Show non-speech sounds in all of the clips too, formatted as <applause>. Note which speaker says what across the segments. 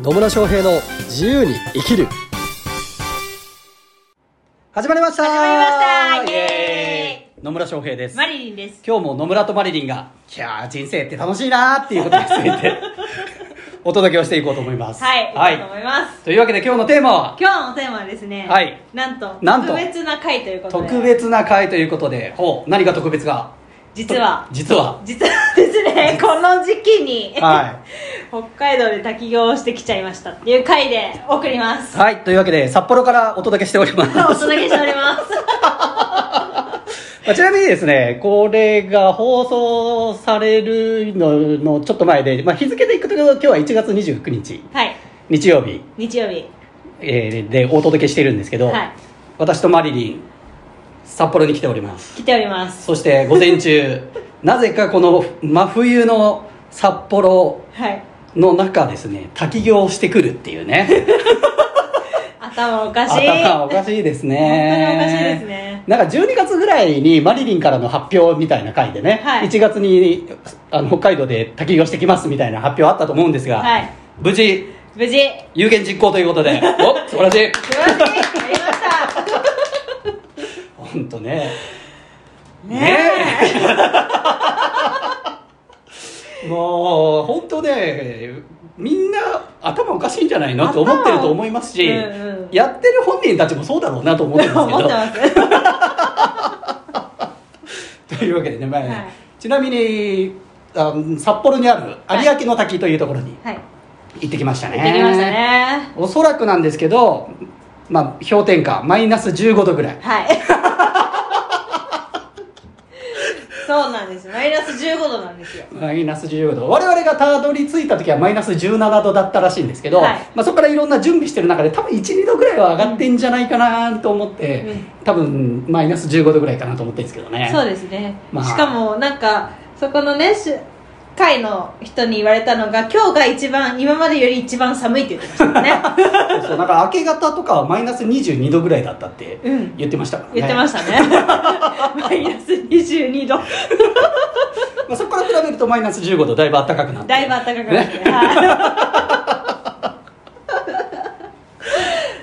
Speaker 1: 野村翔平の自由に生きる始まりました
Speaker 2: 始まりましたイ
Speaker 1: エ
Speaker 2: エ
Speaker 1: ーイ野村翔平です
Speaker 2: マリリンです。
Speaker 1: 今日も野村とマリリンが「いやー人生って楽しいな」っていうことについ <laughs> てお届けをしていこうと思います
Speaker 2: はい、
Speaker 1: は
Speaker 2: 行こうと思います。
Speaker 1: というわけで今日のテーマは
Speaker 2: 今日のテーマはですね、
Speaker 1: はい
Speaker 2: なんと、
Speaker 1: なんと
Speaker 2: 特別な回ということで、
Speaker 1: 特別な回ということでほう何が特別か
Speaker 2: 実は
Speaker 1: と、実 <laughs> は
Speaker 2: 実はです
Speaker 1: <laughs>
Speaker 2: ね、この時期に、
Speaker 1: は
Speaker 2: <laughs> 北海道で滝行をしてきちゃいましたっていう回で送りま
Speaker 1: い、
Speaker 2: す。
Speaker 1: はい、というわけで札幌からお届けしておりま <laughs>
Speaker 2: お
Speaker 1: す
Speaker 2: 届けしております。 <laughs>
Speaker 1: まあちなみにですね、これが放送されるののちょっと前で、まあ、日付でいくと今日は1月29日、
Speaker 2: はい、
Speaker 1: 日曜日、
Speaker 2: 日曜日。
Speaker 1: えーでお届けしているんですけど、
Speaker 2: はい
Speaker 1: 私とマリリン、札幌に来ております。
Speaker 2: 来ております。
Speaker 1: そして午前
Speaker 2: <laughs>
Speaker 1: 中、なぜかこの真冬の札幌
Speaker 2: はい。
Speaker 1: の中ですね、滝行をしてくるっていうね、
Speaker 2: 頭おかしい。
Speaker 1: 頭おかしいですね。
Speaker 2: 本当におかしいですね
Speaker 1: なんか12月ぐらいにマリリンからの発表みたいな回でね、
Speaker 2: はい
Speaker 1: 1月にあの北海道で滝行してきますみたいな発表あったと思うんですが、
Speaker 2: はい
Speaker 1: 無事
Speaker 2: 無事、
Speaker 1: 有言実行ということ
Speaker 2: <laughs>
Speaker 1: でお素晴らしい
Speaker 2: 素晴らしい、やりました。
Speaker 1: 本当ね
Speaker 2: ね
Speaker 1: えもう本当ねみんな頭おかしいんじゃないのって思ってると思いますし、
Speaker 2: 頭うんうん
Speaker 1: やってる本人たちもそうだろうなと思っ
Speaker 2: え。
Speaker 1: てるんですけ
Speaker 2: <laughs> 思
Speaker 1: ど
Speaker 2: って
Speaker 1: <laughs>
Speaker 2: ます。
Speaker 1: というわけでね、まあね
Speaker 2: はい
Speaker 1: ちなみにあの札幌にある有明の滝というところに
Speaker 2: はい。
Speaker 1: 行ってきましたね、
Speaker 2: 行ってきましたね。
Speaker 1: おそらくなんですけど、まあ、氷点下マイナス15度ぐらい
Speaker 2: はい。そうなんです。マイナス15度なんですよ。
Speaker 1: マイナス15度我々がたどり着いた時はマイナス17度だったらしいんですけど、
Speaker 2: はい
Speaker 1: まあ、そこからいろんな準備してる中で多分12度ぐらいは上がってんじゃないかなと思って、
Speaker 2: うん
Speaker 1: 多分マイナス15度ぐらいかなと思ってるんですけどね
Speaker 2: そうですね。
Speaker 1: まあ
Speaker 2: しかも、なんか、そこのね、し会の人に言われたのが、今日が一番、今までより一番寒いって言ってました
Speaker 1: <laughs>
Speaker 2: ね。
Speaker 1: そうそうなんか明け方とかはマイナス22度ぐらいだったって
Speaker 2: うん
Speaker 1: 言ってましたからね、
Speaker 2: 言ってました
Speaker 1: <laughs>
Speaker 2: ね。マイナス22度。
Speaker 1: まあ、そこから比べるとマイナス15度だいぶ暖かくなって
Speaker 2: だいぶ暖かくなって。
Speaker 1: ね
Speaker 2: はい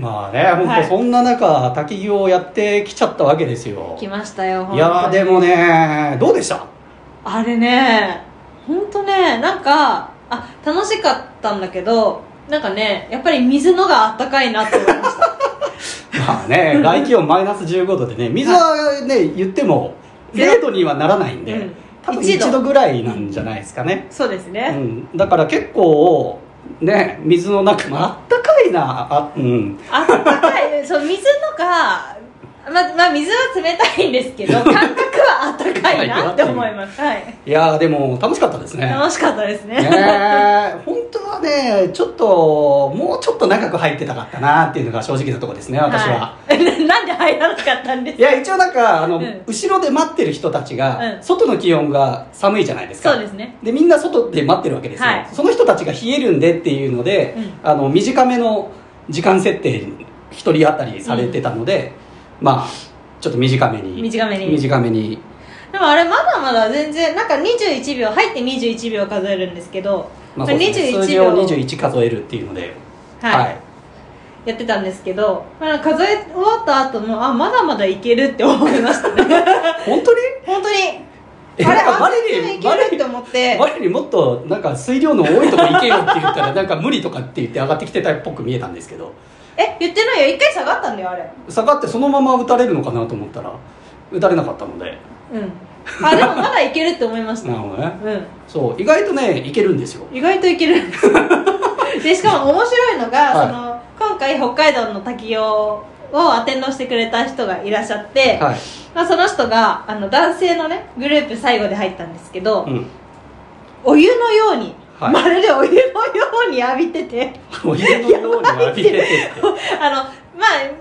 Speaker 1: まあね本当、
Speaker 2: はい
Speaker 1: そんな中滝行をやってきちゃったわけですよ
Speaker 2: 来ましたよ、
Speaker 1: いやー
Speaker 2: 本当
Speaker 1: で
Speaker 2: に
Speaker 1: も。ねどうでした
Speaker 2: あれね、ほんとね、なんか、あ、楽しかったんだけど、なんかね、やっぱり水のがあったかいなと思いました。
Speaker 1: まあね
Speaker 2: <laughs>
Speaker 1: 外気温マイナス15度でね水はね言っても
Speaker 2: ゼロ
Speaker 1: 0度にはならないんで、
Speaker 2: うん
Speaker 1: 多分
Speaker 2: 一度
Speaker 1: 1度ぐらいなんじゃないですかね、
Speaker 2: そうです
Speaker 1: う
Speaker 2: ね。
Speaker 1: ん、だから結構ね水の中もあったかいなあうん
Speaker 2: あったかい、そう、水のが、ま、まあ、水は冷たいんですけ
Speaker 1: <laughs>
Speaker 2: ど、感覚はあったかいなって思います。はい。
Speaker 1: いやーでも楽しかったですね
Speaker 2: 楽しかったです
Speaker 1: ね
Speaker 2: ね。
Speaker 1: え本当はねちょっともうちょっと長く入ってたかったなっていうのが正直なところですね私は、
Speaker 2: い <laughs> なんで入らなかったんです
Speaker 1: いや一応なんかあの、
Speaker 2: うん
Speaker 1: 後ろで待ってる人たちが、
Speaker 2: うん
Speaker 1: 外の気温が寒いじゃないですか
Speaker 2: そうですね
Speaker 1: でみんな外で待ってるわけですよ、
Speaker 2: はい
Speaker 1: その人たちが冷えるんでっていうので、
Speaker 2: う
Speaker 1: あの短めの時間設定1人当たりされてたので、まあちょっと短めに
Speaker 2: 短めに
Speaker 1: 短めに
Speaker 2: でもあれまだまだ全然なんか21秒入って21秒数えるんですけど、
Speaker 1: まあ
Speaker 2: こ
Speaker 1: そ
Speaker 2: れ
Speaker 1: うですね数
Speaker 2: 21
Speaker 1: 字を
Speaker 2: 秒
Speaker 1: 21数えるっていうので
Speaker 2: はいやってたんですけど、まあ、数え終わった後もあまだまだいけるって思いましたね
Speaker 1: <laughs> 本当に
Speaker 2: 本当に
Speaker 1: え
Speaker 2: あ
Speaker 1: <laughs>
Speaker 2: れ
Speaker 1: なんか
Speaker 2: あ
Speaker 1: バレ
Speaker 2: 全
Speaker 1: リ
Speaker 2: 然
Speaker 1: ン
Speaker 2: いけるって思って
Speaker 1: 我にもっとなんか水量の多いとこ行けよって言ったらなんか無理とかって言って上がってきてたっぽく見えたんですけど
Speaker 2: え言ってないよ一回下がったんだよあれ
Speaker 1: 下がってそのまま打たれるのかなと思ったら打たれなかったので
Speaker 2: うんあでもまだいけるって思いまし
Speaker 1: な
Speaker 2: た
Speaker 1: るほどね
Speaker 2: うん
Speaker 1: そう意外とねいけるんですよ
Speaker 2: 意外といけ
Speaker 1: <laughs>
Speaker 2: るんですでしかも面白いのが、
Speaker 1: はい
Speaker 2: その今回北海道の滝行をアテンドしてくれた人がいらっしゃって、
Speaker 1: はい、
Speaker 2: まあ、その人があの男性のねグループ最後で入ったんですけど、
Speaker 1: うん、
Speaker 2: お湯のように、
Speaker 1: はい
Speaker 2: まるでお湯のように浴びてて
Speaker 1: お湯のように浴びててって
Speaker 2: あのまあ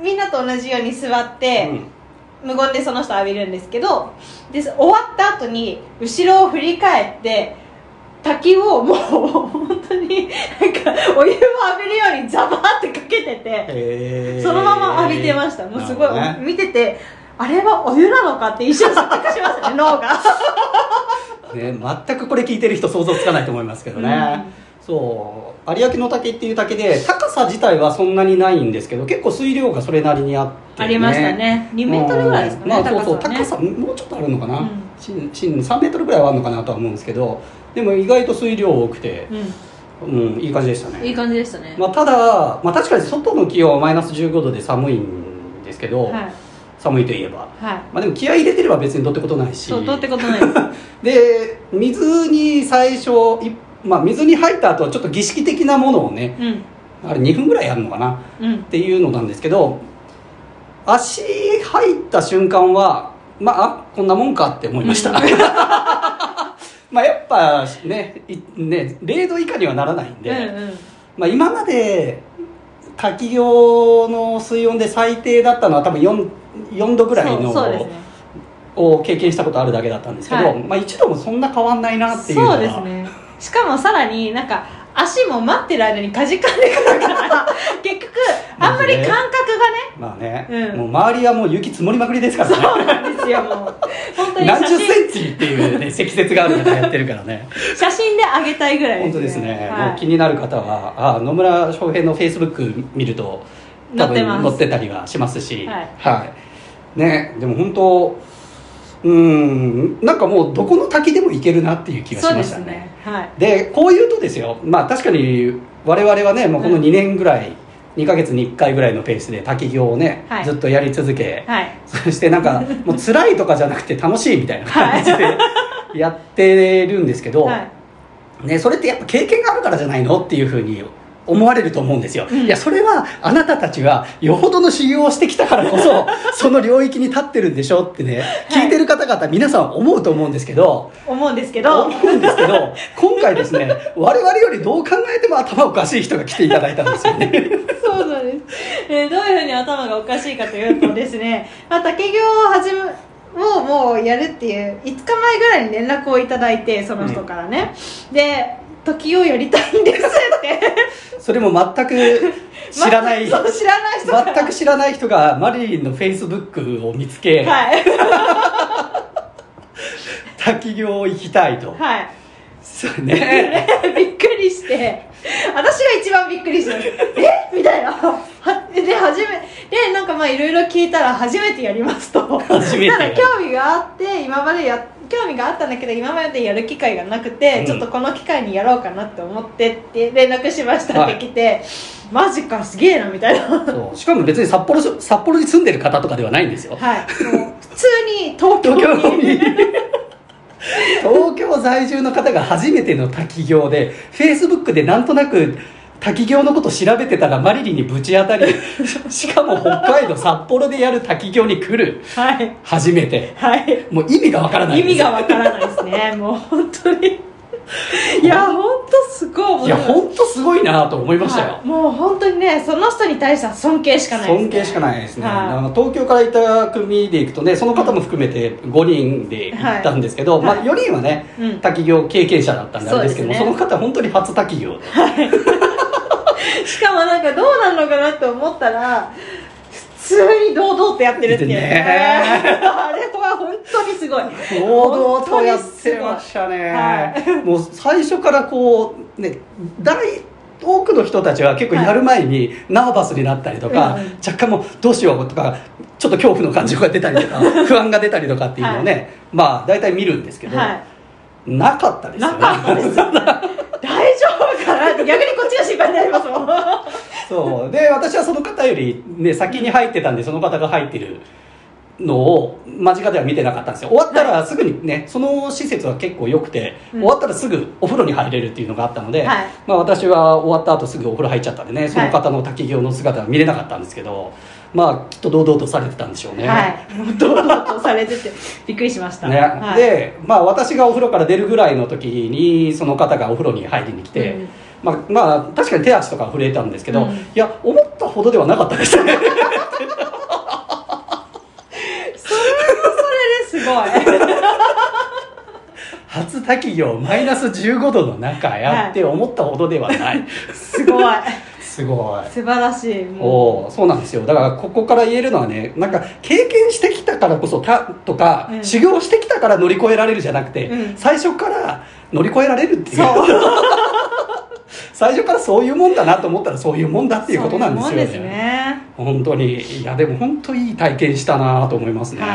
Speaker 2: みんなと同じように座って、無言でその人浴びるんですけどで終わった後に後ろを振り返って滝をもう本当になんかお湯を浴びるようにザバーってかけてて
Speaker 1: へ
Speaker 2: そのまま浴びてましたもうすごい、
Speaker 1: なるほどね
Speaker 2: 見ててあれはお湯なのかって一瞬錯覚しま
Speaker 1: <laughs>
Speaker 2: したね脳が
Speaker 1: ね全くこれ聞いてる人想像つかないと思いますけどね、
Speaker 2: うん
Speaker 1: そう有明の竹っていう竹で高さ自体はそんなにないんですけど結構水量がそれなりにあって、
Speaker 2: ありましたね2メートルぐらいですかね、
Speaker 1: うんまあ、そうそう
Speaker 2: 高さはね
Speaker 1: 高さもうちょっとあるのかな、
Speaker 2: うん
Speaker 1: 芯芯3メートルぐらいはあるのかなとは思うんですけどでも意外と水量多くて、うん、いい感じでした
Speaker 2: うんい
Speaker 1: ね、
Speaker 2: い感じでしたね、
Speaker 1: まあ、ただ、まあ、確かに外の気温はマイナス15度で寒いんですけど、
Speaker 2: はい
Speaker 1: 寒いといえば、
Speaker 2: はい
Speaker 1: まあ、でも気合い入れてれば別にどうってことないし
Speaker 2: そうどうってことない
Speaker 1: <laughs>
Speaker 2: です
Speaker 1: で水に最初いまあ、水に入った後はちょっと儀式的なものをね
Speaker 2: うん
Speaker 1: あれ2分ぐらいやるのかな
Speaker 2: うん
Speaker 1: っていうのなんですけど足入った瞬間はまああこんなもんかって思いました、 <laughs> まあやっぱねいね0度以下にはならないんで、
Speaker 2: うんうん
Speaker 1: まあ、今まで滝行の水温で最低だったのは多分 4, 4度ぐらいの
Speaker 2: そうそうですね
Speaker 1: を経験したことあるだけだったんですけど、
Speaker 2: はい
Speaker 1: まあ、一度もそんな変わんないなっていうのは
Speaker 2: そうですねしかもさらになんか足も待ってる間にかじかんでくるから
Speaker 1: <laughs>
Speaker 2: 結局あんまり感覚
Speaker 1: まあね、
Speaker 2: うん
Speaker 1: もう周りはもう雪積もりまくりですからね
Speaker 2: がねそうなんですよもう本当に
Speaker 1: 何
Speaker 2: 写
Speaker 1: 十
Speaker 2: 真
Speaker 1: センチっていう、ね、積雪がある中やってるからね
Speaker 2: 写真であげたいぐらい
Speaker 1: 本当ですね、
Speaker 2: は
Speaker 1: もう
Speaker 2: い
Speaker 1: 気になる方はあ野村翔平のフェイスブック見ると多
Speaker 2: 載って
Speaker 1: 分
Speaker 2: ます
Speaker 1: 載ってたりはしますし
Speaker 2: はい
Speaker 1: はいねでも本当うんなんかもうどこの滝でも行けるなっていう気が
Speaker 2: そ
Speaker 1: し
Speaker 2: う
Speaker 1: ま
Speaker 2: で
Speaker 1: した
Speaker 2: す
Speaker 1: ね
Speaker 2: ねはい
Speaker 1: でこういうとですよまあ確かに我々はねもうこの
Speaker 2: うん
Speaker 1: 2年ぐらい、2ヶ月に1回ぐらいのペースで滝行をね、
Speaker 2: はい
Speaker 1: ずっとやり続け、
Speaker 2: はい
Speaker 1: そしてなん
Speaker 2: <laughs>
Speaker 1: かもう辛いとかじゃなくて楽しいみたいな感じでやってるんですけど、
Speaker 2: はい
Speaker 1: ね、それってやっぱ経験があるからじゃないのっていうふうに思われると思うんですよ、
Speaker 2: うん
Speaker 1: いやそれはあなたたちはよほどの修行をしてきたからこそその領域に立ってるんでしょってね
Speaker 2: はい
Speaker 1: 聞いてる方々皆さん思うと思うんですけど、
Speaker 2: 思うんですけど
Speaker 1: 思うんですけど今回ですね我々よりどう考えても頭おかしい人が来ていただいたんですよね <laughs>
Speaker 2: そうなんです、えーどういうふうに頭がおかしいかというとですね、まあ、竹業を始めをもうやるっていう5日前ぐらいに連絡をいただいてその人からね、で「時をやりたいんです」って
Speaker 1: それも全く知らない
Speaker 2: <laughs> そう知らない人か
Speaker 1: <laughs>
Speaker 2: ら
Speaker 1: 全く知らない人がマリリンのフェイスブックを見つけ、
Speaker 2: はい
Speaker 1: 滝行行きたいと、
Speaker 2: はい
Speaker 1: そうね
Speaker 2: <laughs> びっくりして私が一番びっくりしてますえみたいなはで初めでなんかまあいろいろ聞いたら初めてやりますと
Speaker 1: 初めて
Speaker 2: ただ興味があって今までや興味があったんだけど今までやる機会がなくて、
Speaker 1: うん
Speaker 2: ちょっとこの機会にやろうかなって思ってって連絡しました
Speaker 1: は
Speaker 2: っ
Speaker 1: い
Speaker 2: て来て、マジかすげえなみたいな
Speaker 1: <laughs>
Speaker 2: はい
Speaker 1: そうしかも別に札幌し札幌に住んでる方とかではないんですよ
Speaker 2: もう普通に東京
Speaker 1: 東
Speaker 2: に
Speaker 1: 京に <laughs> 東京在住の方が初めての滝行でフェイスブックでなんとなく滝行のこと調べてたらマリリンにぶち当
Speaker 2: <laughs>
Speaker 1: たりしかも北海道札幌でやる滝行に来る
Speaker 2: はい
Speaker 1: 初めて
Speaker 2: はい
Speaker 1: もう意味がわからない
Speaker 2: 意
Speaker 1: んで
Speaker 2: 味
Speaker 1: すよ
Speaker 2: がわからないですねもう本当にいや本当すごい面白
Speaker 1: いや本当すごいなと思いましたよ、
Speaker 2: はいもう本当にねその人に対しては尊敬しかないです、ね、
Speaker 1: 尊敬しかないですね、
Speaker 2: はい
Speaker 1: あの東京からいた組で行くとねその方も含めて5人で行ったんですけど、
Speaker 2: はい
Speaker 1: まあ、
Speaker 2: はい
Speaker 1: 4人はね、
Speaker 2: うん
Speaker 1: 滝行経験者だったんであれですけどもそ
Speaker 2: そうです
Speaker 1: の
Speaker 2: ね
Speaker 1: 方は本当に初滝行で
Speaker 2: しかもなんかどうなるのかなって思ったら普通に堂々とやってるっていうね
Speaker 1: ね
Speaker 2: <laughs> あれは本当にすごい
Speaker 1: 堂々とやってましたね、もう最初からこうね大多くの人たちは結構やる前にナーバスになったりとか、
Speaker 2: うんうん
Speaker 1: 若干もうどうしようとかちょっと恐怖の感情が出たりと
Speaker 2: <laughs>
Speaker 1: か不安が出たりとかっていうのをね、まあ大体見るんですけど、
Speaker 2: は
Speaker 1: なかったで
Speaker 2: い
Speaker 1: すよ
Speaker 2: な
Speaker 1: ね
Speaker 2: かったですよね大丈夫かなって逆にこっちが心配になりますもんは
Speaker 1: そうで私はその方より、ね、先に入ってたんでその方が入ってるのを間近では見てなかったんですよ終わったらすぐにね、その施設は結構良くて、
Speaker 2: うん
Speaker 1: 終わったらすぐお風呂に入れるっていうのがあったので、
Speaker 2: はい
Speaker 1: まあ、私は終わった後すぐお風呂入っちゃったんでねその方の滝行の姿は見れなかったんですけど、まあきっと堂々とされてたんでしょうね、
Speaker 2: いもう堂々とされててびっくりしました、
Speaker 1: ね
Speaker 2: はい、
Speaker 1: で、まあ、私がお風呂から出るぐらいの時にその方がお風呂に入りに来て、
Speaker 2: うん
Speaker 1: まあ、まあ確かに手足とか震えたんですけど、
Speaker 2: うん
Speaker 1: いや思ったほどではなかったですね
Speaker 2: それはそれですごい
Speaker 1: 初滝行マイナス15度の中やって思ったほどではない、
Speaker 2: すごい
Speaker 1: <laughs> すごい
Speaker 2: 素晴らしいも
Speaker 1: おーそうなんですよだからここから言えるのはねなんか経験してきたからこそたとか、
Speaker 2: うん
Speaker 1: 修行してきたから乗り越えられるじゃなくて、
Speaker 2: うん
Speaker 1: 最初から乗り越えられるっていう
Speaker 2: そう
Speaker 1: そ <laughs> 最初からそういうもんだなと思ったらそういうもんだっていうことなんですよ
Speaker 2: そうい
Speaker 1: ね
Speaker 2: うも
Speaker 1: 本
Speaker 2: んですね
Speaker 1: 当にいやでも本当いい体験したなと思いますね、
Speaker 2: は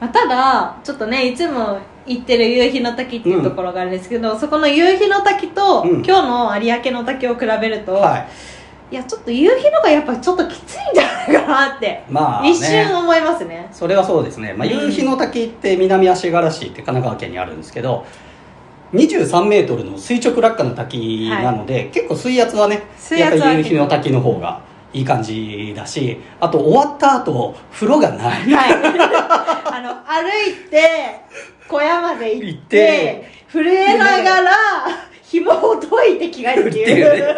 Speaker 2: まあ、ただちょっとねいつも行ってる夕日の滝っていうところがあるんですけど、そこの夕日の滝と、
Speaker 1: うん
Speaker 2: 今日の有明の滝を比べると、
Speaker 1: はい
Speaker 2: い、やちょっと夕日のがやっぱちょっときついんじゃないかなって、
Speaker 1: まあ、ね、
Speaker 2: 一瞬思いますね
Speaker 1: それはそうですね、まあ、
Speaker 2: うん
Speaker 1: 夕日の滝って南足柄市って神奈川県にあるんですけど23メートルの垂直落下の滝なので、結構水圧はね
Speaker 2: 水圧は
Speaker 1: やっぱり夕日の滝の方がいい感じだしあと終わった後風呂がない
Speaker 2: <laughs>
Speaker 1: <laughs>
Speaker 2: はい。あの、歩いて、小屋まで行って、
Speaker 1: 行って
Speaker 2: 震えながら、紐を解いて着替え
Speaker 1: <laughs>
Speaker 2: るってい
Speaker 1: っていう
Speaker 2: う。
Speaker 1: ね
Speaker 2: は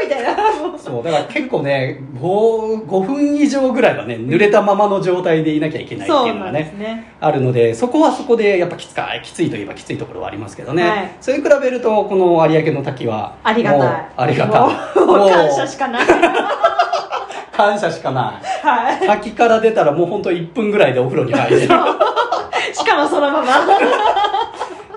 Speaker 2: <laughs> ぁみたい
Speaker 1: <laughs>
Speaker 2: な。もう
Speaker 1: そうだから結構ね 5, 5分以上ぐらいはね濡れたままの状態でいなきゃいけないって
Speaker 2: そ
Speaker 1: いう
Speaker 2: う
Speaker 1: の
Speaker 2: な
Speaker 1: が
Speaker 2: ん
Speaker 1: ね
Speaker 2: ですね。
Speaker 1: あるのでそこはそこでやっぱきつかきついといえばきついところはありますけどね、
Speaker 2: はい
Speaker 1: それに比べるとこの有明の滝は
Speaker 2: ありが
Speaker 1: もう
Speaker 2: たい。
Speaker 1: ありがたい
Speaker 2: もう
Speaker 1: もう
Speaker 2: 感謝しかない。
Speaker 1: 感謝しかない
Speaker 2: は
Speaker 1: 滝から出たらもうほんと1分ぐらいでお風呂に入れる
Speaker 2: い。しかもそのまま。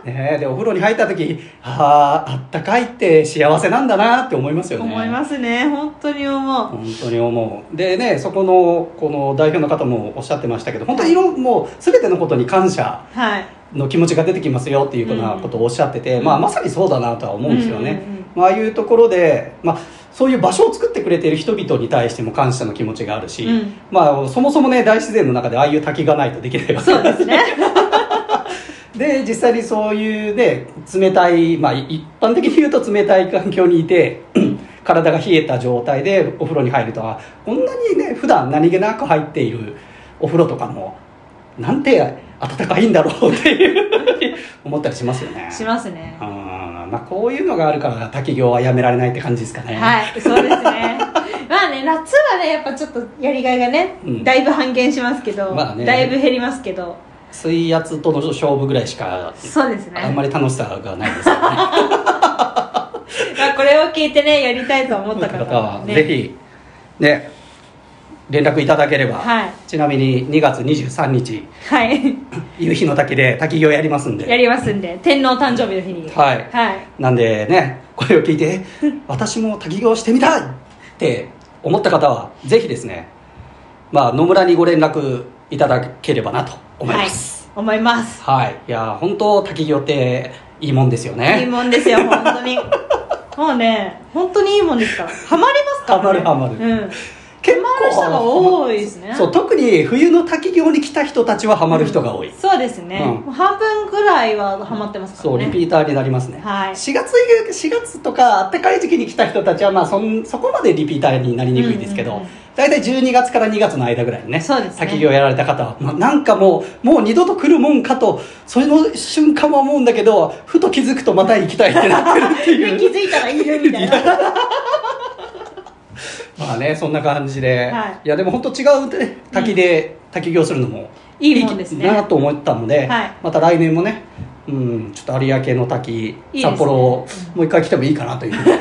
Speaker 1: ねえでお風呂に入った時あああったかいって幸せなんだなって思いますよね
Speaker 2: 思いますね。本当に思う。
Speaker 1: 本当に思うでねそこのこの代表の方もおっしゃってましたけど本当にいろんもう全てのことに感謝
Speaker 2: はい。
Speaker 1: の気持ちが出てきますよっていうようなことをおっしゃってて、
Speaker 2: うん
Speaker 1: まあ、まさにそうだなとは思うんですよね、
Speaker 2: うんうんうん
Speaker 1: まあああいうところで、まあ、そういう場所を作ってくれている人々に対しても感謝の気持ちがあるし、
Speaker 2: うん
Speaker 1: まあ、そもそもね大自然の中でああいう滝がないとできないわけ
Speaker 2: そうですね。
Speaker 1: <laughs> で実際にそういうね冷たい、まあ、い一般的に言うと冷たい環境にいて <clears throat> 体が冷えた状態でお風呂に入るとあこんなにね普段何気なく入っているお風呂とかもなんて暖かいんだろうっていうふうに <laughs> 思ったりしますよね。
Speaker 2: しますね
Speaker 1: う。んまあ、こういうのがあるから滝行はやめられないって感じですかね。
Speaker 2: はい、そうですね。まあね、夏はね、やっぱちょっとやりがいがね、
Speaker 1: うん
Speaker 2: だいぶ半減しますけど、
Speaker 1: まあね
Speaker 2: だいぶ減りますけど、
Speaker 1: 水圧との勝負ぐらいしか
Speaker 2: そうですね。
Speaker 1: あんまり楽しさがないですよね。
Speaker 2: まあ、これを聞いてね、やりたいと思った方は、ね、
Speaker 1: ぜひね連絡いただければ、
Speaker 2: はい
Speaker 1: ちなみに2月23日
Speaker 2: はい、
Speaker 1: 夕日の滝で滝行やりますんで
Speaker 2: やりますんで、天皇誕生日の日に。
Speaker 1: はい
Speaker 2: はい。
Speaker 1: なんでねこれを聞
Speaker 2: <laughs>
Speaker 1: いて私も滝行してみたいって思った方はぜひですね、まあ、野村にご連絡いただければなと思います
Speaker 2: はい、思います。
Speaker 1: はい、い、や本当滝行っていいもんですよね
Speaker 2: いいもんですよ、本当に。もうね、本当にいいもんですから。ハマりますから、ね。
Speaker 1: ハマるハマ
Speaker 2: る。うん。
Speaker 1: 結
Speaker 2: ハマる人が多いですね。
Speaker 1: そう特に冬の滝行に来た人たちはハマる人が多い、
Speaker 2: そうですね。
Speaker 1: うん
Speaker 2: もう半分ぐらいはハマってますか
Speaker 1: そう
Speaker 2: らね。
Speaker 1: リピーターになりますね、
Speaker 2: はい
Speaker 1: 4月4月とか暖かい時期に来た人たちは、まあ、そんそこまでリピーターになりにくいですけ
Speaker 2: うんう
Speaker 1: ど
Speaker 2: んうん
Speaker 1: 大体、12月から2月の間ぐらいにね
Speaker 2: そうですね
Speaker 1: 先業やられた方は、まあ、なんかもうもう二度と来るもんかとその瞬間は思うんだけどふと気づくとまた行きたいってなってるって
Speaker 2: で
Speaker 1: いう
Speaker 2: 気づいたらいるみたいな
Speaker 1: まあねそんな感じで、
Speaker 2: はい
Speaker 1: やでも本当違うね滝で滝行するのも
Speaker 2: いいもんですね
Speaker 1: なと思ったので、
Speaker 2: はい
Speaker 1: また来年もね、うん、ちょっと有明の滝
Speaker 2: いいですね
Speaker 1: 札幌をもう一回来てもいいかなというふうに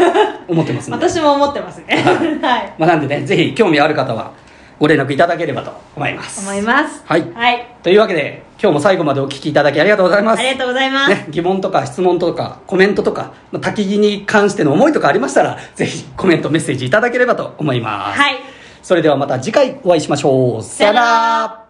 Speaker 1: 思ってますので
Speaker 2: 私も思ってますねはい
Speaker 1: <laughs> まあ、なんでねぜひ興味ある方はご連絡いただければと思います
Speaker 2: 思います
Speaker 1: はい
Speaker 2: はい
Speaker 1: というわけで今日も最後までお聞きいただきありがとうございます
Speaker 2: ありがとうございます、
Speaker 1: ね、疑問とか質問とかコメントとかまあ滝木に関しての思いとかありましたらぜひコメントメッセージいただければと思います、
Speaker 2: はい
Speaker 1: それではまた次回お会いしましょう。さよな
Speaker 2: さよな
Speaker 1: ら
Speaker 2: ら